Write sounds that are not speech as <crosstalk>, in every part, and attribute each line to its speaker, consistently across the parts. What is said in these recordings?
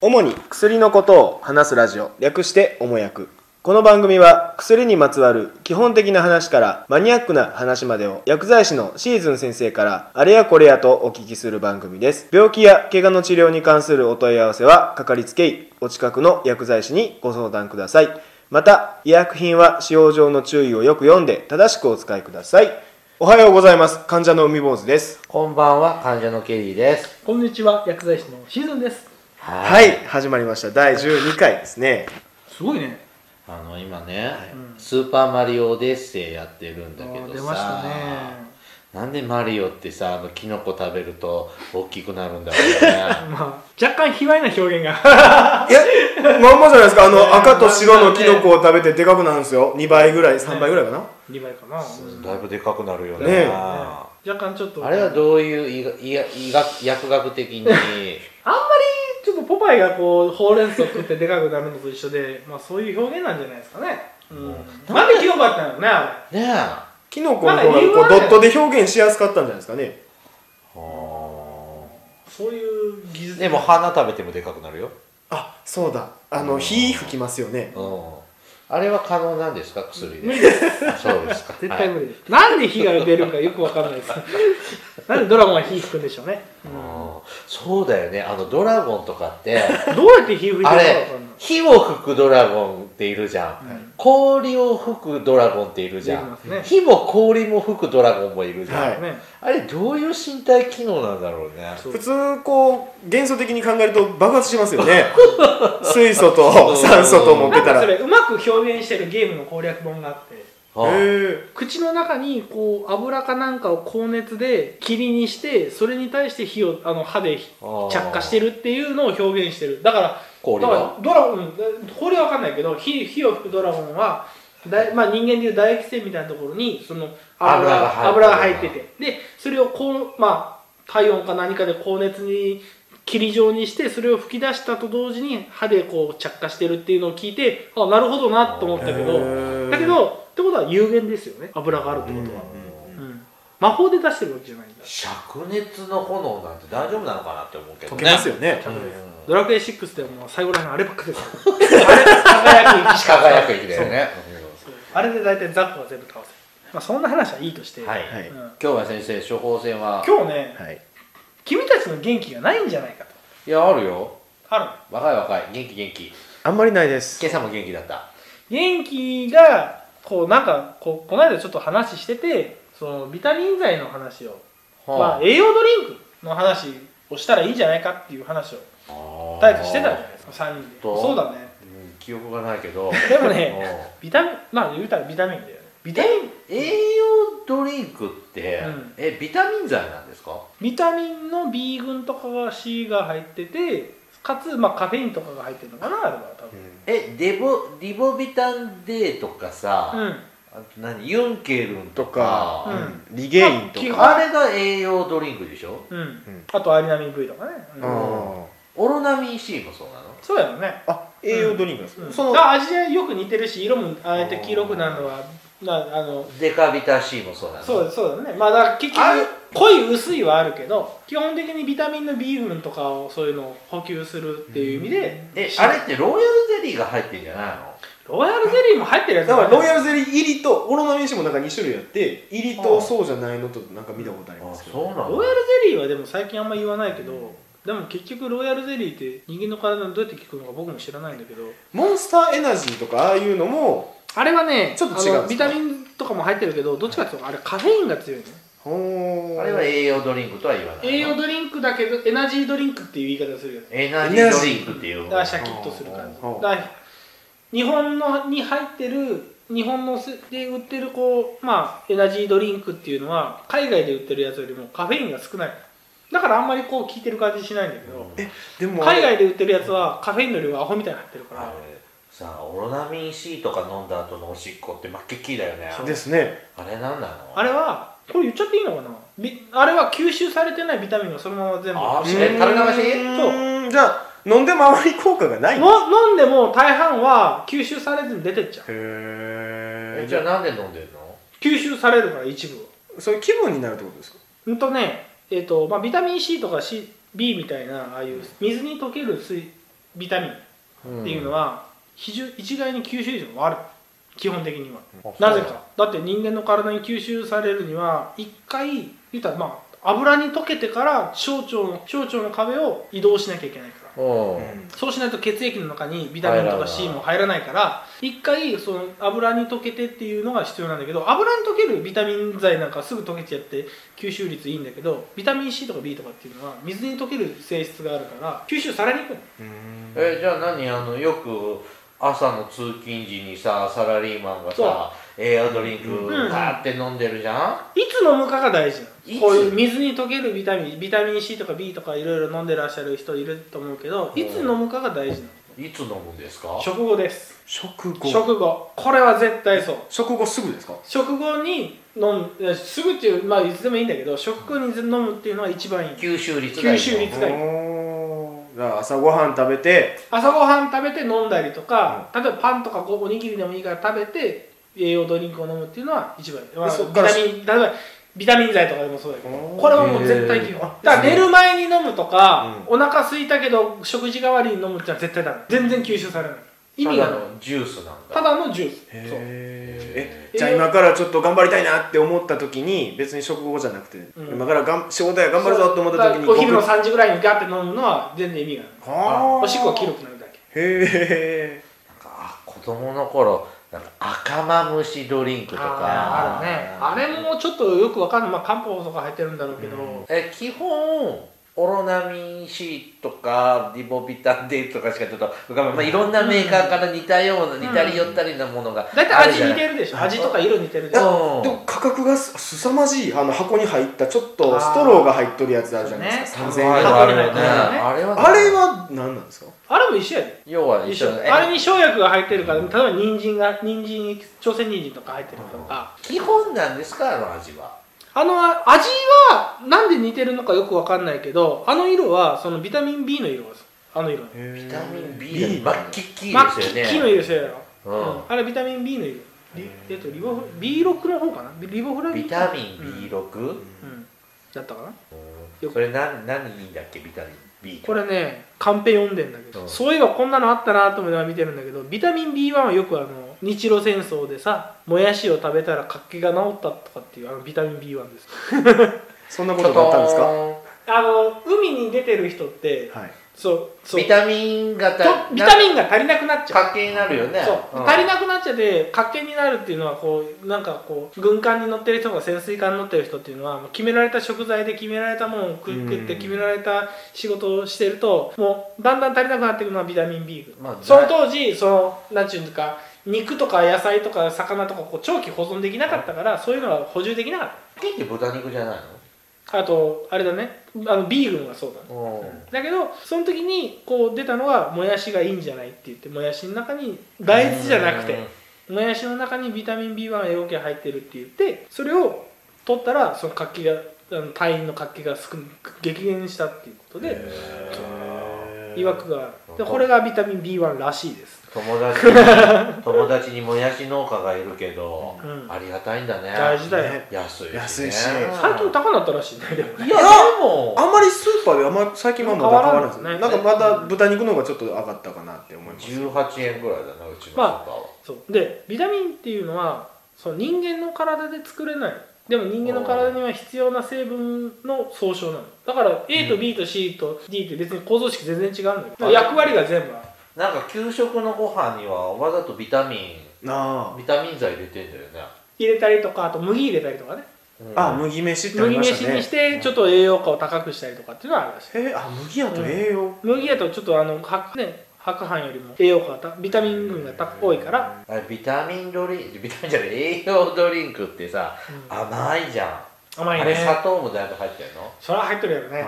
Speaker 1: 主に薬のことを話すラジオ略しておもやくこの番組は薬にまつわる基本的な話からマニアックな話までを薬剤師のシーズン先生からあれやこれやとお聞きする番組です病気や怪我の治療に関するお問い合わせはかかりつけ医お近くの薬剤師にご相談くださいまた医薬品は使用上の注意をよく読んで正しくお使いくださいおはようございます患者の海坊主です
Speaker 2: こんばんは、患者のケリーです。
Speaker 3: こんにちは薬剤師のシーズンです
Speaker 2: は
Speaker 1: はい、始まりました第12回ですね
Speaker 3: すごいね
Speaker 2: あの、今ね、
Speaker 3: うん
Speaker 2: スーパーマリオオデッセイやってるんだけ
Speaker 3: あ
Speaker 2: どさ。
Speaker 3: ー出ましたね
Speaker 2: なんでマリオってさ、あの、キノコ食べると大きくなるんだろうね。
Speaker 3: まあ若干卑猥な表現が <laughs>
Speaker 1: いやまんまじゃないですかあの赤と白のキノコを食べてでかくなるんですよ2倍ぐらい3倍ぐらいかな、
Speaker 3: 2倍かな、 <laughs> うん
Speaker 2: だいぶでかくなるよね。
Speaker 1: ねえ
Speaker 2: あ
Speaker 3: 若干ちょっと
Speaker 2: れは
Speaker 3: う
Speaker 2: どういう医学医学医学薬学的
Speaker 3: <laughs>
Speaker 2: に
Speaker 3: あんまりちょっとポパイがこうほうれん草食ってでかくなるのと一緒でまあそういう表現なんじゃないですかね、うん、なんでキノコだったのねあ
Speaker 2: ねえあ
Speaker 1: キノコの方がこうドットで表現しやすかったんじゃないですかね
Speaker 2: ー
Speaker 3: れそういう技術
Speaker 2: でも花食べてもでかくなるよ、
Speaker 1: あそうだあの火吹きますよね
Speaker 2: うん、あれは可能なんですか薬で
Speaker 3: 無理です
Speaker 2: そうですか
Speaker 3: <laughs> 絶対無理です、なんで火が出るかよくわかんないです <laughs> なんでドラゴンは火吹くんでしょうね、うん
Speaker 2: うんそうだよねあのドラゴンとかって
Speaker 3: どうやって火吹いてるか
Speaker 2: あ
Speaker 3: わかん <laughs>
Speaker 2: れ
Speaker 3: ない
Speaker 2: 火を吹くドラゴンっているじゃん、
Speaker 3: うん
Speaker 2: 氷を吹くドラゴンっているじゃ
Speaker 3: い
Speaker 2: ん
Speaker 3: ま、すね
Speaker 2: 火も氷も吹くドラゴンもいるじゃん、
Speaker 1: はい
Speaker 3: ね
Speaker 2: あれどういう身体機能なんだろうね
Speaker 3: そう
Speaker 1: 普通こう幻想的に考えると爆発しますよね水素と酸素と持って
Speaker 3: なん
Speaker 1: た
Speaker 3: からそ
Speaker 1: へ
Speaker 3: れうまく表現してるゲームの攻略本があって
Speaker 2: は
Speaker 1: え
Speaker 3: 口の中にこう油かなんかを高熱で霧にしてそれに対して火をあの歯で
Speaker 2: あ
Speaker 3: 着火してるっていうのを表現してるだから
Speaker 2: 氷
Speaker 3: だか
Speaker 2: は
Speaker 3: らドラゴンうん氷は分かんないけど火火を吹くドラゴンはだいまあ、人間でいう唾液腺みたいなところにその油
Speaker 2: 油が入ってる
Speaker 3: が油が入っててでそれをこう、まあ、体温か何かで高熱に霧状にしてそれを吹き出したと同時に歯でこう着火してるっていうのを聞いてあなるほどなと思ったけ
Speaker 1: へ
Speaker 3: ど
Speaker 1: ー
Speaker 3: だけどってことは有限ですよね油があるってことは、うん魔法で出してるわけじゃないんだ
Speaker 2: 灼熱の炎なんて大丈夫なのかなって思うけど
Speaker 1: 溶
Speaker 2: ね
Speaker 1: けますよね
Speaker 3: 多分
Speaker 2: う
Speaker 3: ね
Speaker 2: ん
Speaker 3: ドラクエ6ではもう最後らへんあればっかですよ
Speaker 2: <laughs>
Speaker 3: あれ輝く生きしか
Speaker 2: 輝く息だよね
Speaker 3: あれで大体ザッコが全部倒せる、まあ、そんな話はいいとして、
Speaker 2: うんはい、
Speaker 1: はい
Speaker 3: うん
Speaker 2: 今日は先生処方箋は
Speaker 3: 今日ね
Speaker 1: はい
Speaker 3: 君たちの元気がないんじゃないかと
Speaker 2: いやあるよ
Speaker 3: あるの
Speaker 2: 若い若い元気元気
Speaker 1: あんまりないです
Speaker 2: 今朝も元気だった
Speaker 3: 元気がこうなんかこうこの間ちょっと話しててそのビタミン剤の話を、まあ、栄養ドリンクの話をしたらいいんじゃないかっていう話を
Speaker 2: あ
Speaker 3: タイプしてたじゃないですか3人で
Speaker 2: どう
Speaker 3: そうだね
Speaker 2: うん記憶がないけ
Speaker 3: <laughs>
Speaker 2: ど
Speaker 3: でも
Speaker 2: うん
Speaker 3: ねビタミンまあ言うたらビタミンだよねビタミン
Speaker 2: 栄養ドリンクって、
Speaker 3: うん
Speaker 2: えビタミン剤なんですか
Speaker 3: ビタミンの B 群とかが C が入っててかつ、まあ、カフェインとかが入ってるのかなあれは多
Speaker 1: う
Speaker 3: 分
Speaker 1: ん
Speaker 2: えデボリボビタン D とかさ、
Speaker 3: うん、
Speaker 2: あと何ユンケルンと
Speaker 1: と
Speaker 2: か
Speaker 1: か、
Speaker 3: うん
Speaker 1: うんリゲインと
Speaker 3: ま
Speaker 1: か
Speaker 2: あれが栄養ドリンクでしょ
Speaker 3: うん
Speaker 1: ん
Speaker 3: あとアリナミン V とかね、うん
Speaker 1: あー
Speaker 2: オロナミン C もそうなの
Speaker 3: そうやろね、
Speaker 1: あ栄養ドリンクなんです
Speaker 3: う
Speaker 1: か
Speaker 3: ん、
Speaker 1: その
Speaker 3: だ味でよく似てるし色もああえて黄色くなるのはなあの
Speaker 2: デカビタ C もそうなの
Speaker 3: そうそうだねまあだから結局
Speaker 2: あれ
Speaker 3: 濃い薄いはあるけど基本的にビタミンの B 群とかをそういうのを補給するっていう意味で、
Speaker 2: えあれってロイヤルゼリーが入ってるんじゃないの
Speaker 3: ロイヤルゼリーも入ってるや
Speaker 1: だ
Speaker 3: つ
Speaker 1: からロイヤ
Speaker 3: ル
Speaker 1: ルゼリー入りとオロナミン C もなんか2種類あって入りとそうじゃないのとなんか見たことありますけど
Speaker 2: な
Speaker 3: ロイヤルゼリーはでも最近あんま言わないけど、でも結局ロイヤルゼリーって人間の体にどうやって効くのか僕も知らないんだけど
Speaker 1: モンスターエナジーとかああいうのも
Speaker 3: あれはね
Speaker 1: ちょっと違うんですか
Speaker 3: あのビタミンとかも入ってるけどどっちかっていうとあれカフェインが強いね
Speaker 1: ほー
Speaker 2: あれは栄養ドリンクとは言わないの
Speaker 3: 栄養ドリンクだけどエナジードリンクっていう言い方するよね
Speaker 2: エナジードリンクっていう
Speaker 3: だからシャキッとする感じ
Speaker 1: ほうほう
Speaker 3: だから日本のに入ってる日本のすで売ってるこう、まあ、エナジードリンクっていうのは海外で売ってるやつよりもカフェインが少ないだからあんまりこう効いてる感じしないんだけど、
Speaker 1: えでも
Speaker 3: 海外で売ってるやつはカフェインの量がアホみたいに入ってるか
Speaker 2: あ
Speaker 3: ら
Speaker 2: れさあオロナミン C とか飲んだ後のおしっこって負けっきりだよね
Speaker 1: ですね
Speaker 2: あれなんなの
Speaker 3: あれはこれ言っちゃっていいのかなビあれは吸収されてないビタミンがそのまま全部
Speaker 2: あ
Speaker 1: う
Speaker 2: え
Speaker 1: ーん
Speaker 2: 垂れ流し
Speaker 1: うーんじゃあ飲んでもあまり効果がないへ
Speaker 3: の飲んでも大半は吸収されずに出てっちゃう
Speaker 2: え
Speaker 1: え
Speaker 2: じ
Speaker 1: じ
Speaker 2: ゃあ
Speaker 1: ゃあ
Speaker 2: なんで飲んでるの
Speaker 3: 吸収されるから一部は
Speaker 1: それ気分になるってことですか
Speaker 3: うんとねえっ、とまあビタミン C とか C B みたいなああいう水に溶ける水ビタミンっていうのは、非常一概に吸収率もある基本的にはなぜかだって人間の体に吸収されるには一回言ったらまあ油に溶けてから小腸の小腸の壁を移動しなきゃいけないから
Speaker 2: おう
Speaker 3: そうしないと血液の中にビタミンとか C も入らないから一回その油に溶けてっていうのが必要なんだけど油に溶けるビタミン剤なんかすぐ溶けちゃって吸収率いいんだけどビタミン C とか B とかっていうのは水に溶ける性質があるから吸収されにくいの
Speaker 2: えじゃあ何あのよく朝の通勤時にさサラリーマンがさ栄養ドリンク
Speaker 3: うん
Speaker 2: パーって飲んでるじゃん、
Speaker 3: いつ飲むかが大事なの
Speaker 2: いつ
Speaker 3: こういう水に溶けるビタミンビタミン C とか B とかいろいろ飲んでらっしゃる人いると思うけどいつ飲むかが大事ない
Speaker 2: つ飲むんですか
Speaker 3: の食後です
Speaker 1: 食後
Speaker 3: 食後これは絶対そう
Speaker 1: 食後すぐですか
Speaker 3: 食後に飲むいやすぐっていうまあいつでもいいんだけど食後に飲むっていうのは一番いい
Speaker 2: 吸収率がいいの
Speaker 3: 吸収率がいい
Speaker 1: おーじゃあ朝ごはん食べて
Speaker 3: 朝ごはん食べて飲んだりとか、例えばパンとかおおにぎりでもいいから食べて栄養ドリンクを飲むっていうのは一番いい、まあ、
Speaker 1: でそっから
Speaker 3: ビタミン例えばビタミン剤とかでもそうだけど
Speaker 1: おー
Speaker 3: これはもう絶対基本
Speaker 1: へー
Speaker 3: だから寝る前に飲むとか、お腹空いたけど食事代わりに飲むってのは絶対ダメ全然吸収されない意味が
Speaker 2: ただ
Speaker 3: ない
Speaker 2: のジュースなんだ
Speaker 3: ただのジュースそう
Speaker 1: へ
Speaker 2: へ
Speaker 1: えじゃあ今からちょっと頑張りたいなって思った時に別に食後じゃなくて、
Speaker 3: うん
Speaker 1: 今からがん仕事や頑張るぞって思った時に
Speaker 3: お昼の
Speaker 1: ごく
Speaker 3: 3時ぐらいにガッて飲むのは全然意味がない
Speaker 1: はー
Speaker 3: おしっこは黄色くなるだけ
Speaker 1: へえ
Speaker 2: なんかあ子供の頃なんか赤マムシドリンクとか
Speaker 3: あーあるねあれもちょっとよくわかんない、まあ、漢方とか入ってるんだろうけど、
Speaker 2: え基本オロナミン C とかリボビタン D とかしかちょっと浮かばない、まあ、いろんなメーカーから似たような、似たり寄ったりなものが
Speaker 3: 大体
Speaker 2: ある
Speaker 3: 味
Speaker 2: じゃ
Speaker 3: 似
Speaker 2: ない
Speaker 3: てるでしょ味とか色似てるで
Speaker 1: で
Speaker 3: しょ
Speaker 2: うん
Speaker 1: も価格がすすさまじいあの箱に入ったちょっとストローが入っとるやつあるじゃないですか、
Speaker 3: そう
Speaker 1: 3000
Speaker 3: ね
Speaker 1: 円
Speaker 2: あ
Speaker 1: ぐ
Speaker 2: る
Speaker 1: らい
Speaker 2: あるよ
Speaker 3: 箱
Speaker 2: ね
Speaker 3: に入ってる
Speaker 2: あれは
Speaker 1: あれは何なんですか
Speaker 3: あれも一緒やで
Speaker 2: 要は
Speaker 3: 一
Speaker 2: 一
Speaker 3: 緒
Speaker 2: 緒だね
Speaker 3: あれに生薬が入ってるから例えば人参が人参エキス朝鮮人参とか入ってるとか
Speaker 2: 基本なんですかあの味は
Speaker 3: あの味はなんで似てるのかよくわかんないけどあの色はそのビタミン B の色ですあの色ね
Speaker 2: ビ
Speaker 1: ビ
Speaker 2: タミン B
Speaker 1: な
Speaker 2: が
Speaker 1: んだ
Speaker 2: 真っ黄
Speaker 3: まあ
Speaker 2: 黄ですよね
Speaker 3: 木の色してるや
Speaker 2: う
Speaker 3: ろ、
Speaker 2: ん
Speaker 3: うんあれビタミン B の色リえっとリボフ B6 の方かなリボフラビン
Speaker 2: ビタミン B6、
Speaker 3: うんだったかな
Speaker 2: うんそれ何何にいいんだっけビタミン B
Speaker 3: これねカンペ読んでんだけど、
Speaker 2: うん
Speaker 3: そういえばこんなのあったなと思いながら見てるんだけどビタミン B1 はよくあの日露戦争でさもやしを食べたら活気が治ったとかっていうあのビタミン B1 です
Speaker 1: そんなことがあったんですか
Speaker 3: あの海に出てる人って
Speaker 1: はい
Speaker 3: そうそう
Speaker 2: ビタミンが
Speaker 3: とビタミンが足りなくなっちゃう
Speaker 2: 関係になるよね
Speaker 3: そう、
Speaker 2: ん
Speaker 3: 足りなくなっちゃって活気になるっていうのはこうなんかこう軍艦に乗ってる人とか潜水艦に乗ってる人っていうのはもう決められた食材で決められたものを食
Speaker 1: うん
Speaker 3: 食って決められた仕事をしてるともうだんだん足りなくなっていくのはビタミン B 群、
Speaker 2: まあ
Speaker 3: その当時そのなんちゅうんか肉とか野菜とか魚とかこう長期保存できなかったからそういうのは補充できなかっ
Speaker 2: ピーって豚肉じゃない
Speaker 3: たあとあれだねあの B 群はそうだね
Speaker 2: の
Speaker 3: だけどその時にこう出たのはもやしがいいんじゃないって言ってもやしの中に大豆じゃなくてもやしの中にビタミン B1 栄養系入ってるって言ってそれを取ったらその活気があの隊員の活気が少な激減したっていうことでいわくがあるでこれがビタミン B1 らしいです
Speaker 2: 友達に
Speaker 3: <laughs>
Speaker 2: 友達にもやし農家がいるけど、
Speaker 3: うん
Speaker 2: ありがたいんだね
Speaker 3: 大事だよ
Speaker 1: ね
Speaker 2: 安いし、ね、
Speaker 1: 安いし
Speaker 3: 最近高くなったらしいねでもね
Speaker 2: いやでも
Speaker 1: あんまりスーパーであんま最近はまだ変わらないですね
Speaker 3: 変
Speaker 1: な
Speaker 3: わら
Speaker 1: ん
Speaker 3: ない
Speaker 1: か
Speaker 3: ね
Speaker 1: また豚肉の方がちょっと上がったかなって思います
Speaker 2: 18円ぐらいだなうちのスーパー
Speaker 3: まあ
Speaker 2: は、
Speaker 3: そうでビタミンっていうのはその人間の体で作れないでも人間の体には必要な成分の総称なのだから A と B と C と D って別に構造式全然違うんだけど
Speaker 2: うん
Speaker 3: 役割が全部ある
Speaker 2: なんか給食のご飯にはわざとビタミ
Speaker 1: な
Speaker 2: ンビタミン剤入れてんだよね、
Speaker 3: 入れたりとかあと麦入れたりとかね
Speaker 2: うん
Speaker 1: ああ麦飯ってあり
Speaker 3: 麦
Speaker 1: ました
Speaker 3: 飯
Speaker 1: ね
Speaker 3: にしてちょっと栄養価を高くしたりとかっていうのはあるらしい
Speaker 1: へえあ麦やと栄養
Speaker 3: 麦やとちょっとあの白,、ね、白飯よりも栄養価がたビタミン群が高いから、
Speaker 2: あれビタミンドリンクビタミンじゃない栄養ドリンクってさ
Speaker 3: うん
Speaker 2: 甘いじゃん、
Speaker 3: 甘い
Speaker 2: あれ砂
Speaker 3: ね
Speaker 2: 糖もだいぶ入ってるの
Speaker 3: それは入っとるやろ
Speaker 1: あ
Speaker 3: ね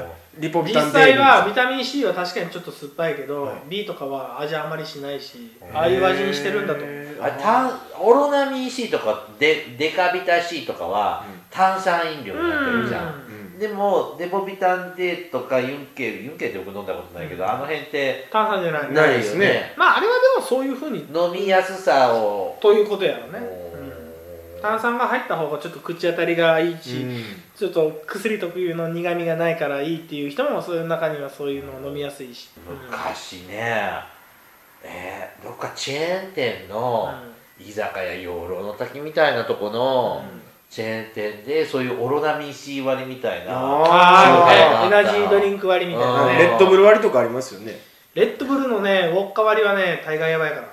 Speaker 1: ーえリポビ
Speaker 3: 実
Speaker 1: タンデー
Speaker 3: 際
Speaker 1: ル
Speaker 3: はビタミン C は確かにちょっと酸っぱいけど、
Speaker 1: はい
Speaker 3: B とかは味あんまりしないしああいう味にしてるんだと思う
Speaker 1: へー
Speaker 2: あれ炭オロナミン C とかデデカビタ C とかは
Speaker 1: うん
Speaker 2: 炭酸飲料になって
Speaker 3: う
Speaker 2: る
Speaker 3: ん
Speaker 2: じゃん、
Speaker 1: うん
Speaker 2: でもデボビタンデとかユンケルユンケルって僕飲んだことないけど、あの辺って
Speaker 3: 炭酸じゃない
Speaker 1: ない
Speaker 2: よ
Speaker 1: ですね
Speaker 3: まああれはでもそういうふうに
Speaker 2: 飲みやすさを
Speaker 3: ということやろね、
Speaker 2: おー
Speaker 3: うん炭酸が入った方がちょっと口当たりがいいし、
Speaker 1: うん
Speaker 3: ちょっと薬特有の苦みがないからいいっていう人もそういう中にはそういうのを飲みやすいし、
Speaker 2: 昔ねえーどっかチェーン店の居酒屋養老の滝みたいなとこの
Speaker 3: うん
Speaker 2: チェーン店でそういうオロナミン C 割りみたいな
Speaker 1: あ
Speaker 3: ああ
Speaker 2: そう
Speaker 3: エ
Speaker 2: だ
Speaker 3: ナ
Speaker 2: った
Speaker 3: ジードリンク割りみたいな
Speaker 2: うん
Speaker 3: ね
Speaker 1: レッドブル割とかありますよね
Speaker 3: レッドブルのねウォッカ割りはね大概やばいから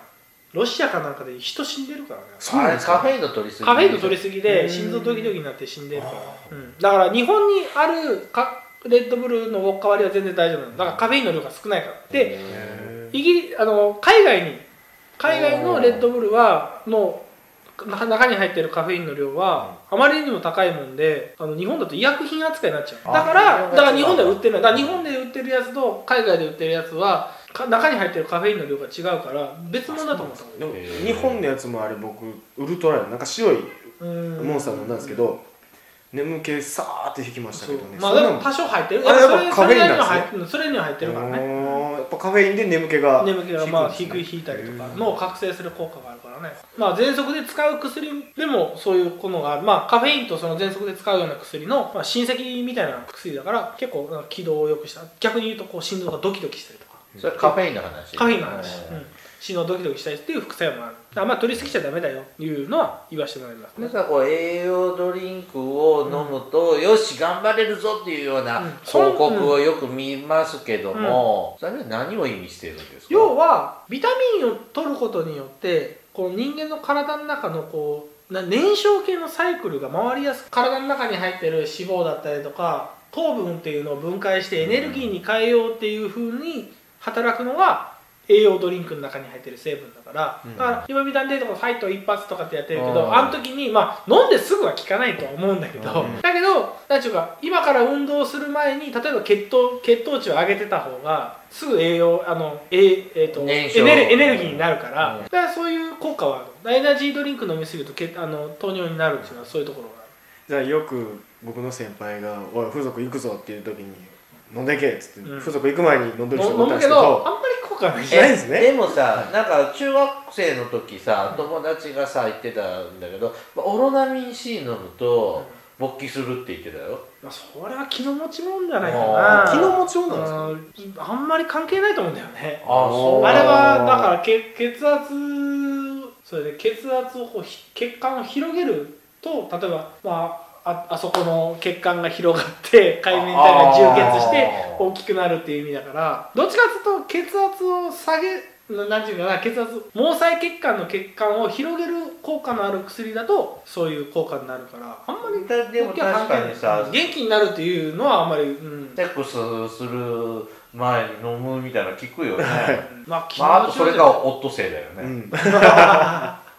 Speaker 3: ロシアかなんかで人死んでるからね
Speaker 1: そうなんですか
Speaker 2: あれカフェインの取りすぎ
Speaker 3: カフェインの取り
Speaker 2: ぎ
Speaker 3: すぎ
Speaker 1: うん
Speaker 3: で心臓ドキドキになって死んでるから、うん、だから日本にあるかレッドブルのウォッカ割りは全然大丈夫なのだからカフェインの量が少ないからでイギリあの海外に海外のレッドブルはのな中に入ってるカフェインの量はあまりにも高いもんであの日本だと医薬品扱いになっちゃうだから
Speaker 2: あ
Speaker 3: だから日本では売ってないだから日本で売ってるやつと海外で売ってるやつはか中に入ってるカフェインの量が違うから別物だと思うんですよ
Speaker 1: でも日本のやつもあれ僕ウルトラなんか白いモンスター飲んだんですけど、眠気さーって引きましたけどね
Speaker 3: まあ
Speaker 1: そん
Speaker 3: で
Speaker 1: な
Speaker 3: も
Speaker 1: の
Speaker 3: 多少入ってる
Speaker 1: あれやっぱ
Speaker 3: それ
Speaker 1: カフェインなんですね
Speaker 3: それには入ってるそれには入ってるからね
Speaker 1: おーやっぱカフェインで眠気が
Speaker 3: 眠気がまあ低
Speaker 1: くんで
Speaker 3: い
Speaker 1: すね
Speaker 3: 引いたりとか
Speaker 1: うん
Speaker 3: 脳を覚醒する効果があるからねまあ喘息で使う薬でもそういうものがあるまあカフェインとその喘息で使うような薬の、まあ、親戚みたいな薬だから結構なんか気道を良くした逆に言うとこう心臓がドキドキしたりとか
Speaker 2: それカフェインの話
Speaker 3: カフェインの話、
Speaker 2: う
Speaker 3: うんん、心臓ドキドキしたりっていう副作用もあるだからまあ取りすぎちゃダメだよいうのは言わせてもらいます
Speaker 2: なん
Speaker 3: ね
Speaker 2: かこう栄養ドリンクを飲むと、よし頑張れるぞっていうような
Speaker 3: うん
Speaker 2: 広告をよく見ますけども、それは何を意味してるんですか
Speaker 3: 要はビタミンを取ることによってこう人間の体の中のこうな燃焼系のサイクルが回りやすく体の中に入ってる脂肪だったりとか糖分っていうのを分解してエネルギーに変えようっていう風に働くのが栄養ドリンクの中に入ってる成分だから、
Speaker 2: うん
Speaker 3: だからリボビタンデーとかファイト一発とかってやってるけ
Speaker 2: う
Speaker 3: ど
Speaker 2: ん
Speaker 3: あの時にまあ飲んですぐは効かないとは思うんだけど、
Speaker 2: うん
Speaker 3: だけど何ていうか今から運動する前に例えば血糖血糖値を上げてた方がすぐ栄養あのええーと
Speaker 2: 燃
Speaker 3: エ
Speaker 2: 焼
Speaker 3: ネルエネルギーになるから,、
Speaker 2: うん
Speaker 3: だからそういう効果はあるエナジードリンク飲みすぎると血あの糖尿になるっていうのはそういうところがあ
Speaker 1: じゃあよく僕の先輩が「おい風俗行くぞ」っていう時に「飲んでけ」っつって、
Speaker 3: うん
Speaker 1: 風俗行く前に飲んで
Speaker 3: る
Speaker 1: る人
Speaker 3: の
Speaker 1: 思っ
Speaker 3: 飲
Speaker 1: たんですけ
Speaker 3: むけど
Speaker 1: ど
Speaker 3: あんまり効果はない
Speaker 1: えないですね
Speaker 2: えもさなんか中学生の時さ友達がさ言ってたんだけど、まあオロナミン C 飲むと勃起するって言ってたよ
Speaker 3: まあ、それは気の持ちもんじゃないか
Speaker 2: あ
Speaker 3: な
Speaker 2: ー
Speaker 1: 気の持ちようなんですか
Speaker 3: うんあんまり関係ないと思うんだよね
Speaker 2: あ
Speaker 1: そう
Speaker 3: あれはだからら血血圧それで血圧をこうひ血管を広げると例えば、まあ、ああそこの血管が広がって海面体が充血して
Speaker 2: あー
Speaker 3: 大きくなるっていう意味だからどっちかっていうと血圧を下げななんていうかな血圧毛細血管の血管を広げる効果のある薬だとそういう効果になるからあんまり
Speaker 2: でも確かにさ
Speaker 3: 元気になるっていうのはあんまり、うん、
Speaker 2: セックスする前に飲むみたいなの聞くよね
Speaker 3: まあ気
Speaker 2: まああとそれがオットセイだよ
Speaker 1: う
Speaker 2: ね、
Speaker 1: ん
Speaker 3: <laughs>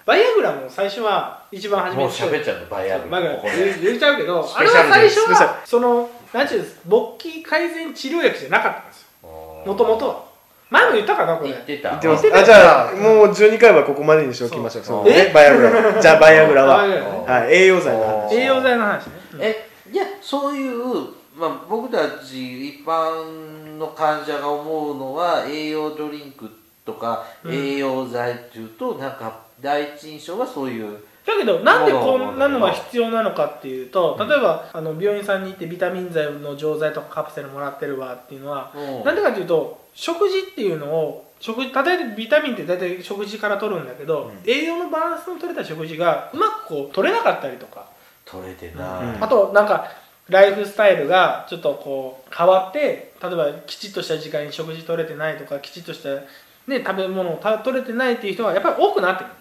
Speaker 3: バイアグラも最初は一番初め
Speaker 2: もう
Speaker 3: に使う
Speaker 2: 喋っちゃうのバイアグ
Speaker 3: まあ
Speaker 2: ラここで
Speaker 3: 言っちゃうけど
Speaker 1: ス
Speaker 3: あ
Speaker 1: ペ
Speaker 3: れ
Speaker 1: シ
Speaker 3: は
Speaker 1: ャル
Speaker 3: 最
Speaker 1: です
Speaker 3: 初
Speaker 1: スペシ
Speaker 3: はその何ていうんです勃起改善治療薬じゃなかったんですよもともとは前も言ったかなこれ
Speaker 2: 言ってた
Speaker 1: 言ってます
Speaker 3: 言ってた
Speaker 1: あじゃあもう12回はここまでにしておきましょう
Speaker 2: そう
Speaker 1: そうねバイアグラじゃあバイアグラ
Speaker 3: バイア
Speaker 1: は、
Speaker 3: グラね
Speaker 1: はい、栄養剤の
Speaker 2: あ
Speaker 1: 話
Speaker 2: ー
Speaker 3: 栄養剤の話ねうん
Speaker 2: えじゃあそういう、まあ、僕たち一般の患者が思うのは栄養ドリンクとか
Speaker 3: うん
Speaker 2: 栄養剤っていうと、なんか第一印象はそういう
Speaker 3: だけどなんでこんなの
Speaker 2: まあ
Speaker 3: が必要なのかっていうと例えばあの病院さんに行ってビタミン剤の錠剤とかカプセルもらってるわっていうのはなんでかっていうと食事っていうのを食事例えばビタミンって大体食事から取るんだけど、
Speaker 1: うん
Speaker 3: 栄養のバランスの取れた食事がうまくこう取れなかったりとか
Speaker 2: 取れてない、
Speaker 1: うん
Speaker 3: あとなんかライフスタイルがちょっとこう変わって例えばきちっとした時間に食事取れてないとかきちっとした、ね、食べ物をた取れてないっていう人はやっぱり多くなってく
Speaker 1: う
Speaker 3: る、
Speaker 1: ん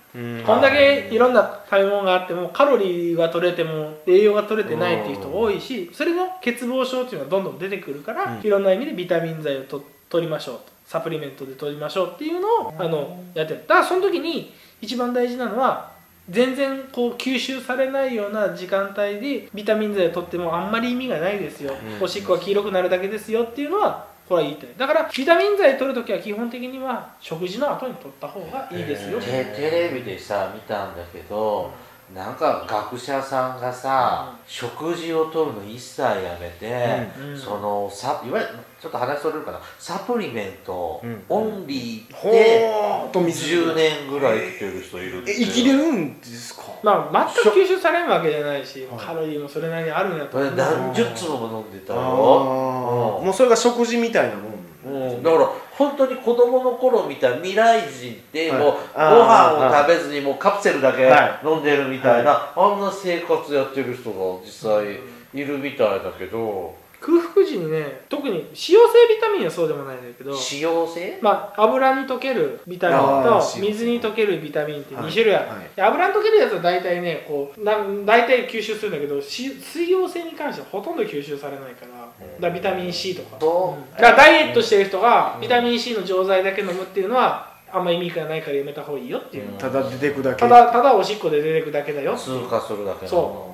Speaker 3: こんだけいろんな食べ物があってもカロリーが取れても栄養が取れてないっていう人多いしそれの欠乏症っていうのがどんどん出てくるから、
Speaker 1: うん
Speaker 3: いろんな意味でビタミン剤をと取りましょうとサプリメントで取りましょうっていうのを、あのやってるだからその時に一番大事なのは全然こう吸収されないような時間帯でビタミン剤を取ってもあんまり意味がないですよ、
Speaker 1: うん
Speaker 3: おしっこが黄色くなるだけですよっていうのはこれは言いたいだからビタミン剤取るときは基本的には食事の後に取った方がいいですよ、
Speaker 1: へ
Speaker 2: テテレビでさ見たんだけどなんか学者さんがさ、食事をとるの一切やめて、
Speaker 3: うんうん
Speaker 2: そのさいわゆるちょっと話それるかなサプリメント、
Speaker 1: うん
Speaker 2: オンリー
Speaker 1: ほ
Speaker 2: で
Speaker 1: ーっと水
Speaker 2: 10年ぐらい生きてる人いるって
Speaker 1: え生きれるんですか
Speaker 3: まあ、全く吸収されるわけじゃないし、
Speaker 1: はい
Speaker 3: カロリーもそれなりにあるんやと
Speaker 2: こ
Speaker 3: 思
Speaker 2: れ
Speaker 3: う
Speaker 2: 何十粒も飲んでた
Speaker 1: あ
Speaker 2: よ、
Speaker 1: ー
Speaker 2: うん
Speaker 1: もうそれが食事みたいなもん
Speaker 2: うん、だから本当に子供の頃見た未来人って
Speaker 1: はい
Speaker 2: もうご
Speaker 1: あー
Speaker 2: 飯を食べずにもうカプセルだけ
Speaker 1: は
Speaker 2: 飲んでるみたいな、あんな生活やってる人が実際いるみたいだけど
Speaker 3: 空腹時にね特に使用性ビタミンはそうでもないんだけど
Speaker 2: 使用性
Speaker 3: まあ、油に溶けるビタミン
Speaker 1: あ
Speaker 3: と
Speaker 1: ー
Speaker 3: 水に溶けるビタミンって
Speaker 1: はい
Speaker 3: 2種類ある、
Speaker 1: はい
Speaker 3: で油に溶けるやつは大体ねこうな大体吸収するんだけどし水溶性に関してはほとんど吸収されないからだからビタミン C とか,、
Speaker 2: そうん
Speaker 3: だからダイエットしてる人が
Speaker 2: うん
Speaker 3: ビタミン C の錠剤だけ飲むっていうのはあんま意味がないからやめた方がいいよっていう、
Speaker 2: うん
Speaker 1: ただ出てくだけ
Speaker 3: ただただおしっこで出てくだけだよ
Speaker 2: 通過するだけなの
Speaker 3: そ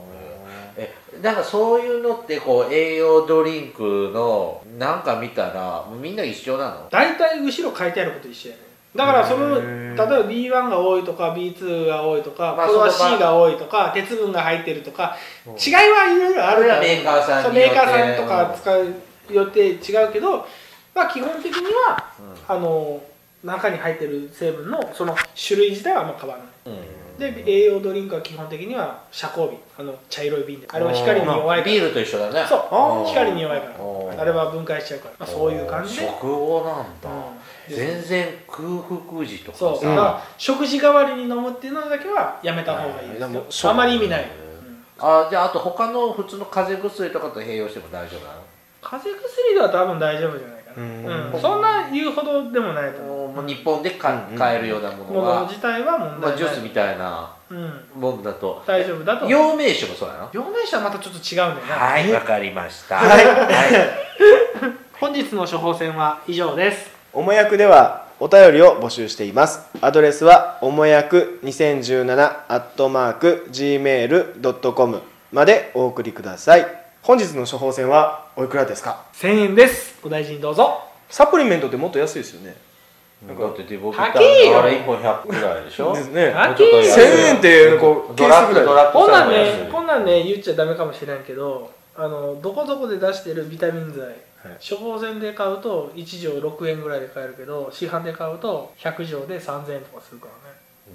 Speaker 2: えなんかそういうのってこう栄養ドリンクのなんか見たらみんな一緒なの
Speaker 3: 大体後ろ書いてあること一緒やねだからその
Speaker 1: へ
Speaker 3: 例え
Speaker 1: ー
Speaker 3: ば B1 が多いとか B2 が多いとか、
Speaker 2: まあ
Speaker 3: これは
Speaker 2: その場
Speaker 3: C が多いとか鉄分が入ってるとか
Speaker 2: うん
Speaker 3: 違いはいろいろあるから
Speaker 2: それはメーカーさん
Speaker 3: そう
Speaker 2: によ
Speaker 3: メ
Speaker 2: って
Speaker 3: ーカーさんとか使う予定違うけど、まあ、基本的にはあの中に入ってる成分のその種類自体はあんま変わらない
Speaker 2: うん、うん
Speaker 3: で栄養ドリンクは基本的には遮光瓶あの茶色い瓶であれは光に弱いか
Speaker 2: ビールと一緒だね
Speaker 3: らそう
Speaker 2: あー
Speaker 3: 光に弱いか
Speaker 2: あー
Speaker 3: らあれは分解しちゃうから、まあ、そういう感じで、
Speaker 2: 食後なんだ、
Speaker 3: うん
Speaker 2: 全然空腹時とか
Speaker 3: そう、
Speaker 1: ん
Speaker 3: だ
Speaker 2: さ
Speaker 3: から食事代わりに飲むっていうのだけはやめた方がいいですよ
Speaker 1: はいでもそう
Speaker 3: あまり意味ない、
Speaker 2: へー
Speaker 3: うん
Speaker 2: あじゃああと他の普通の風邪薬とかと併用しても大丈夫なの
Speaker 3: 風邪薬では多分大丈夫じゃないかな、
Speaker 1: うん
Speaker 3: うんそんな言うほどでもないと思う
Speaker 2: もう日本でか
Speaker 1: うん
Speaker 2: 買えるようなもの
Speaker 3: もの
Speaker 2: が、
Speaker 3: 自体は問題ない、
Speaker 2: まあ、ジュースみたいな
Speaker 3: うん、
Speaker 2: もんだと
Speaker 3: 大丈夫だと思う
Speaker 2: 陽明酒もそうなの
Speaker 3: 陽明酒はまたちょっと違うんだよな、
Speaker 2: はいわかりましたはい、
Speaker 3: 本日の処方箋は以上です
Speaker 1: おもやくではお便りを募集していますアドレスはおもやく2017アットマーク gmail.com までお送りください本日の処方箋はおいくらですか
Speaker 3: 1000円ですお大事にどうぞ
Speaker 1: サプリメントってもっと安いですよね
Speaker 2: なんかだってデボビタン
Speaker 3: 高えよ
Speaker 2: あれ1本100ぐらいでしょ
Speaker 1: ですね
Speaker 3: 高
Speaker 2: もうちょっと安い
Speaker 1: 1000円ってこう
Speaker 2: ドラッ
Speaker 1: ケースぐら
Speaker 2: グ
Speaker 1: い
Speaker 2: ドラッグ
Speaker 3: こん
Speaker 2: スト
Speaker 3: な
Speaker 2: ア
Speaker 3: ん
Speaker 2: のやつ
Speaker 3: ねこんなんね言っちゃダメかもしれんけどあのどこどこで出してるビタミン剤、処方箋で買うと1錠6円ぐらいで買えるけど市販で買うと100錠で3000円とかするか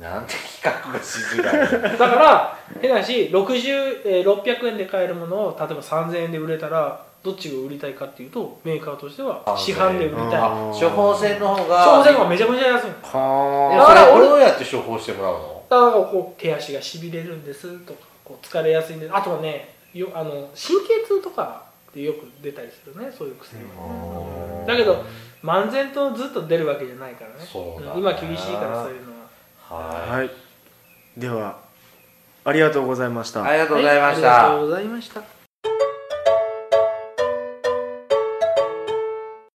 Speaker 3: ら
Speaker 2: なんて企画がしづらい
Speaker 3: ねだから変なし60、えー600円で買えるものを例えば3000円で売れたらどっちが売りたいかっていうとメーカーとしては市販で売りたい
Speaker 1: あ
Speaker 3: 処
Speaker 2: <laughs> あ処方箋の方が
Speaker 3: 方箋はめちゃめちゃ安いの
Speaker 2: え
Speaker 1: は
Speaker 3: あ
Speaker 2: そ
Speaker 3: だから
Speaker 2: れ
Speaker 3: 俺
Speaker 2: 俺どうやって処方してもらうの
Speaker 3: だからこう手足がしびれるんですとかこう疲れやすいんですあとはねよあの神経痛とかってよく出たりするねそういう薬は、ね、だけど漫然とずっと出るわけじゃないからね
Speaker 2: そうだね
Speaker 3: ん今厳しいからそういうのは
Speaker 2: は
Speaker 1: はいではありがとうございました
Speaker 2: いありがとうございまし
Speaker 3: はあり
Speaker 2: た
Speaker 3: がとうございました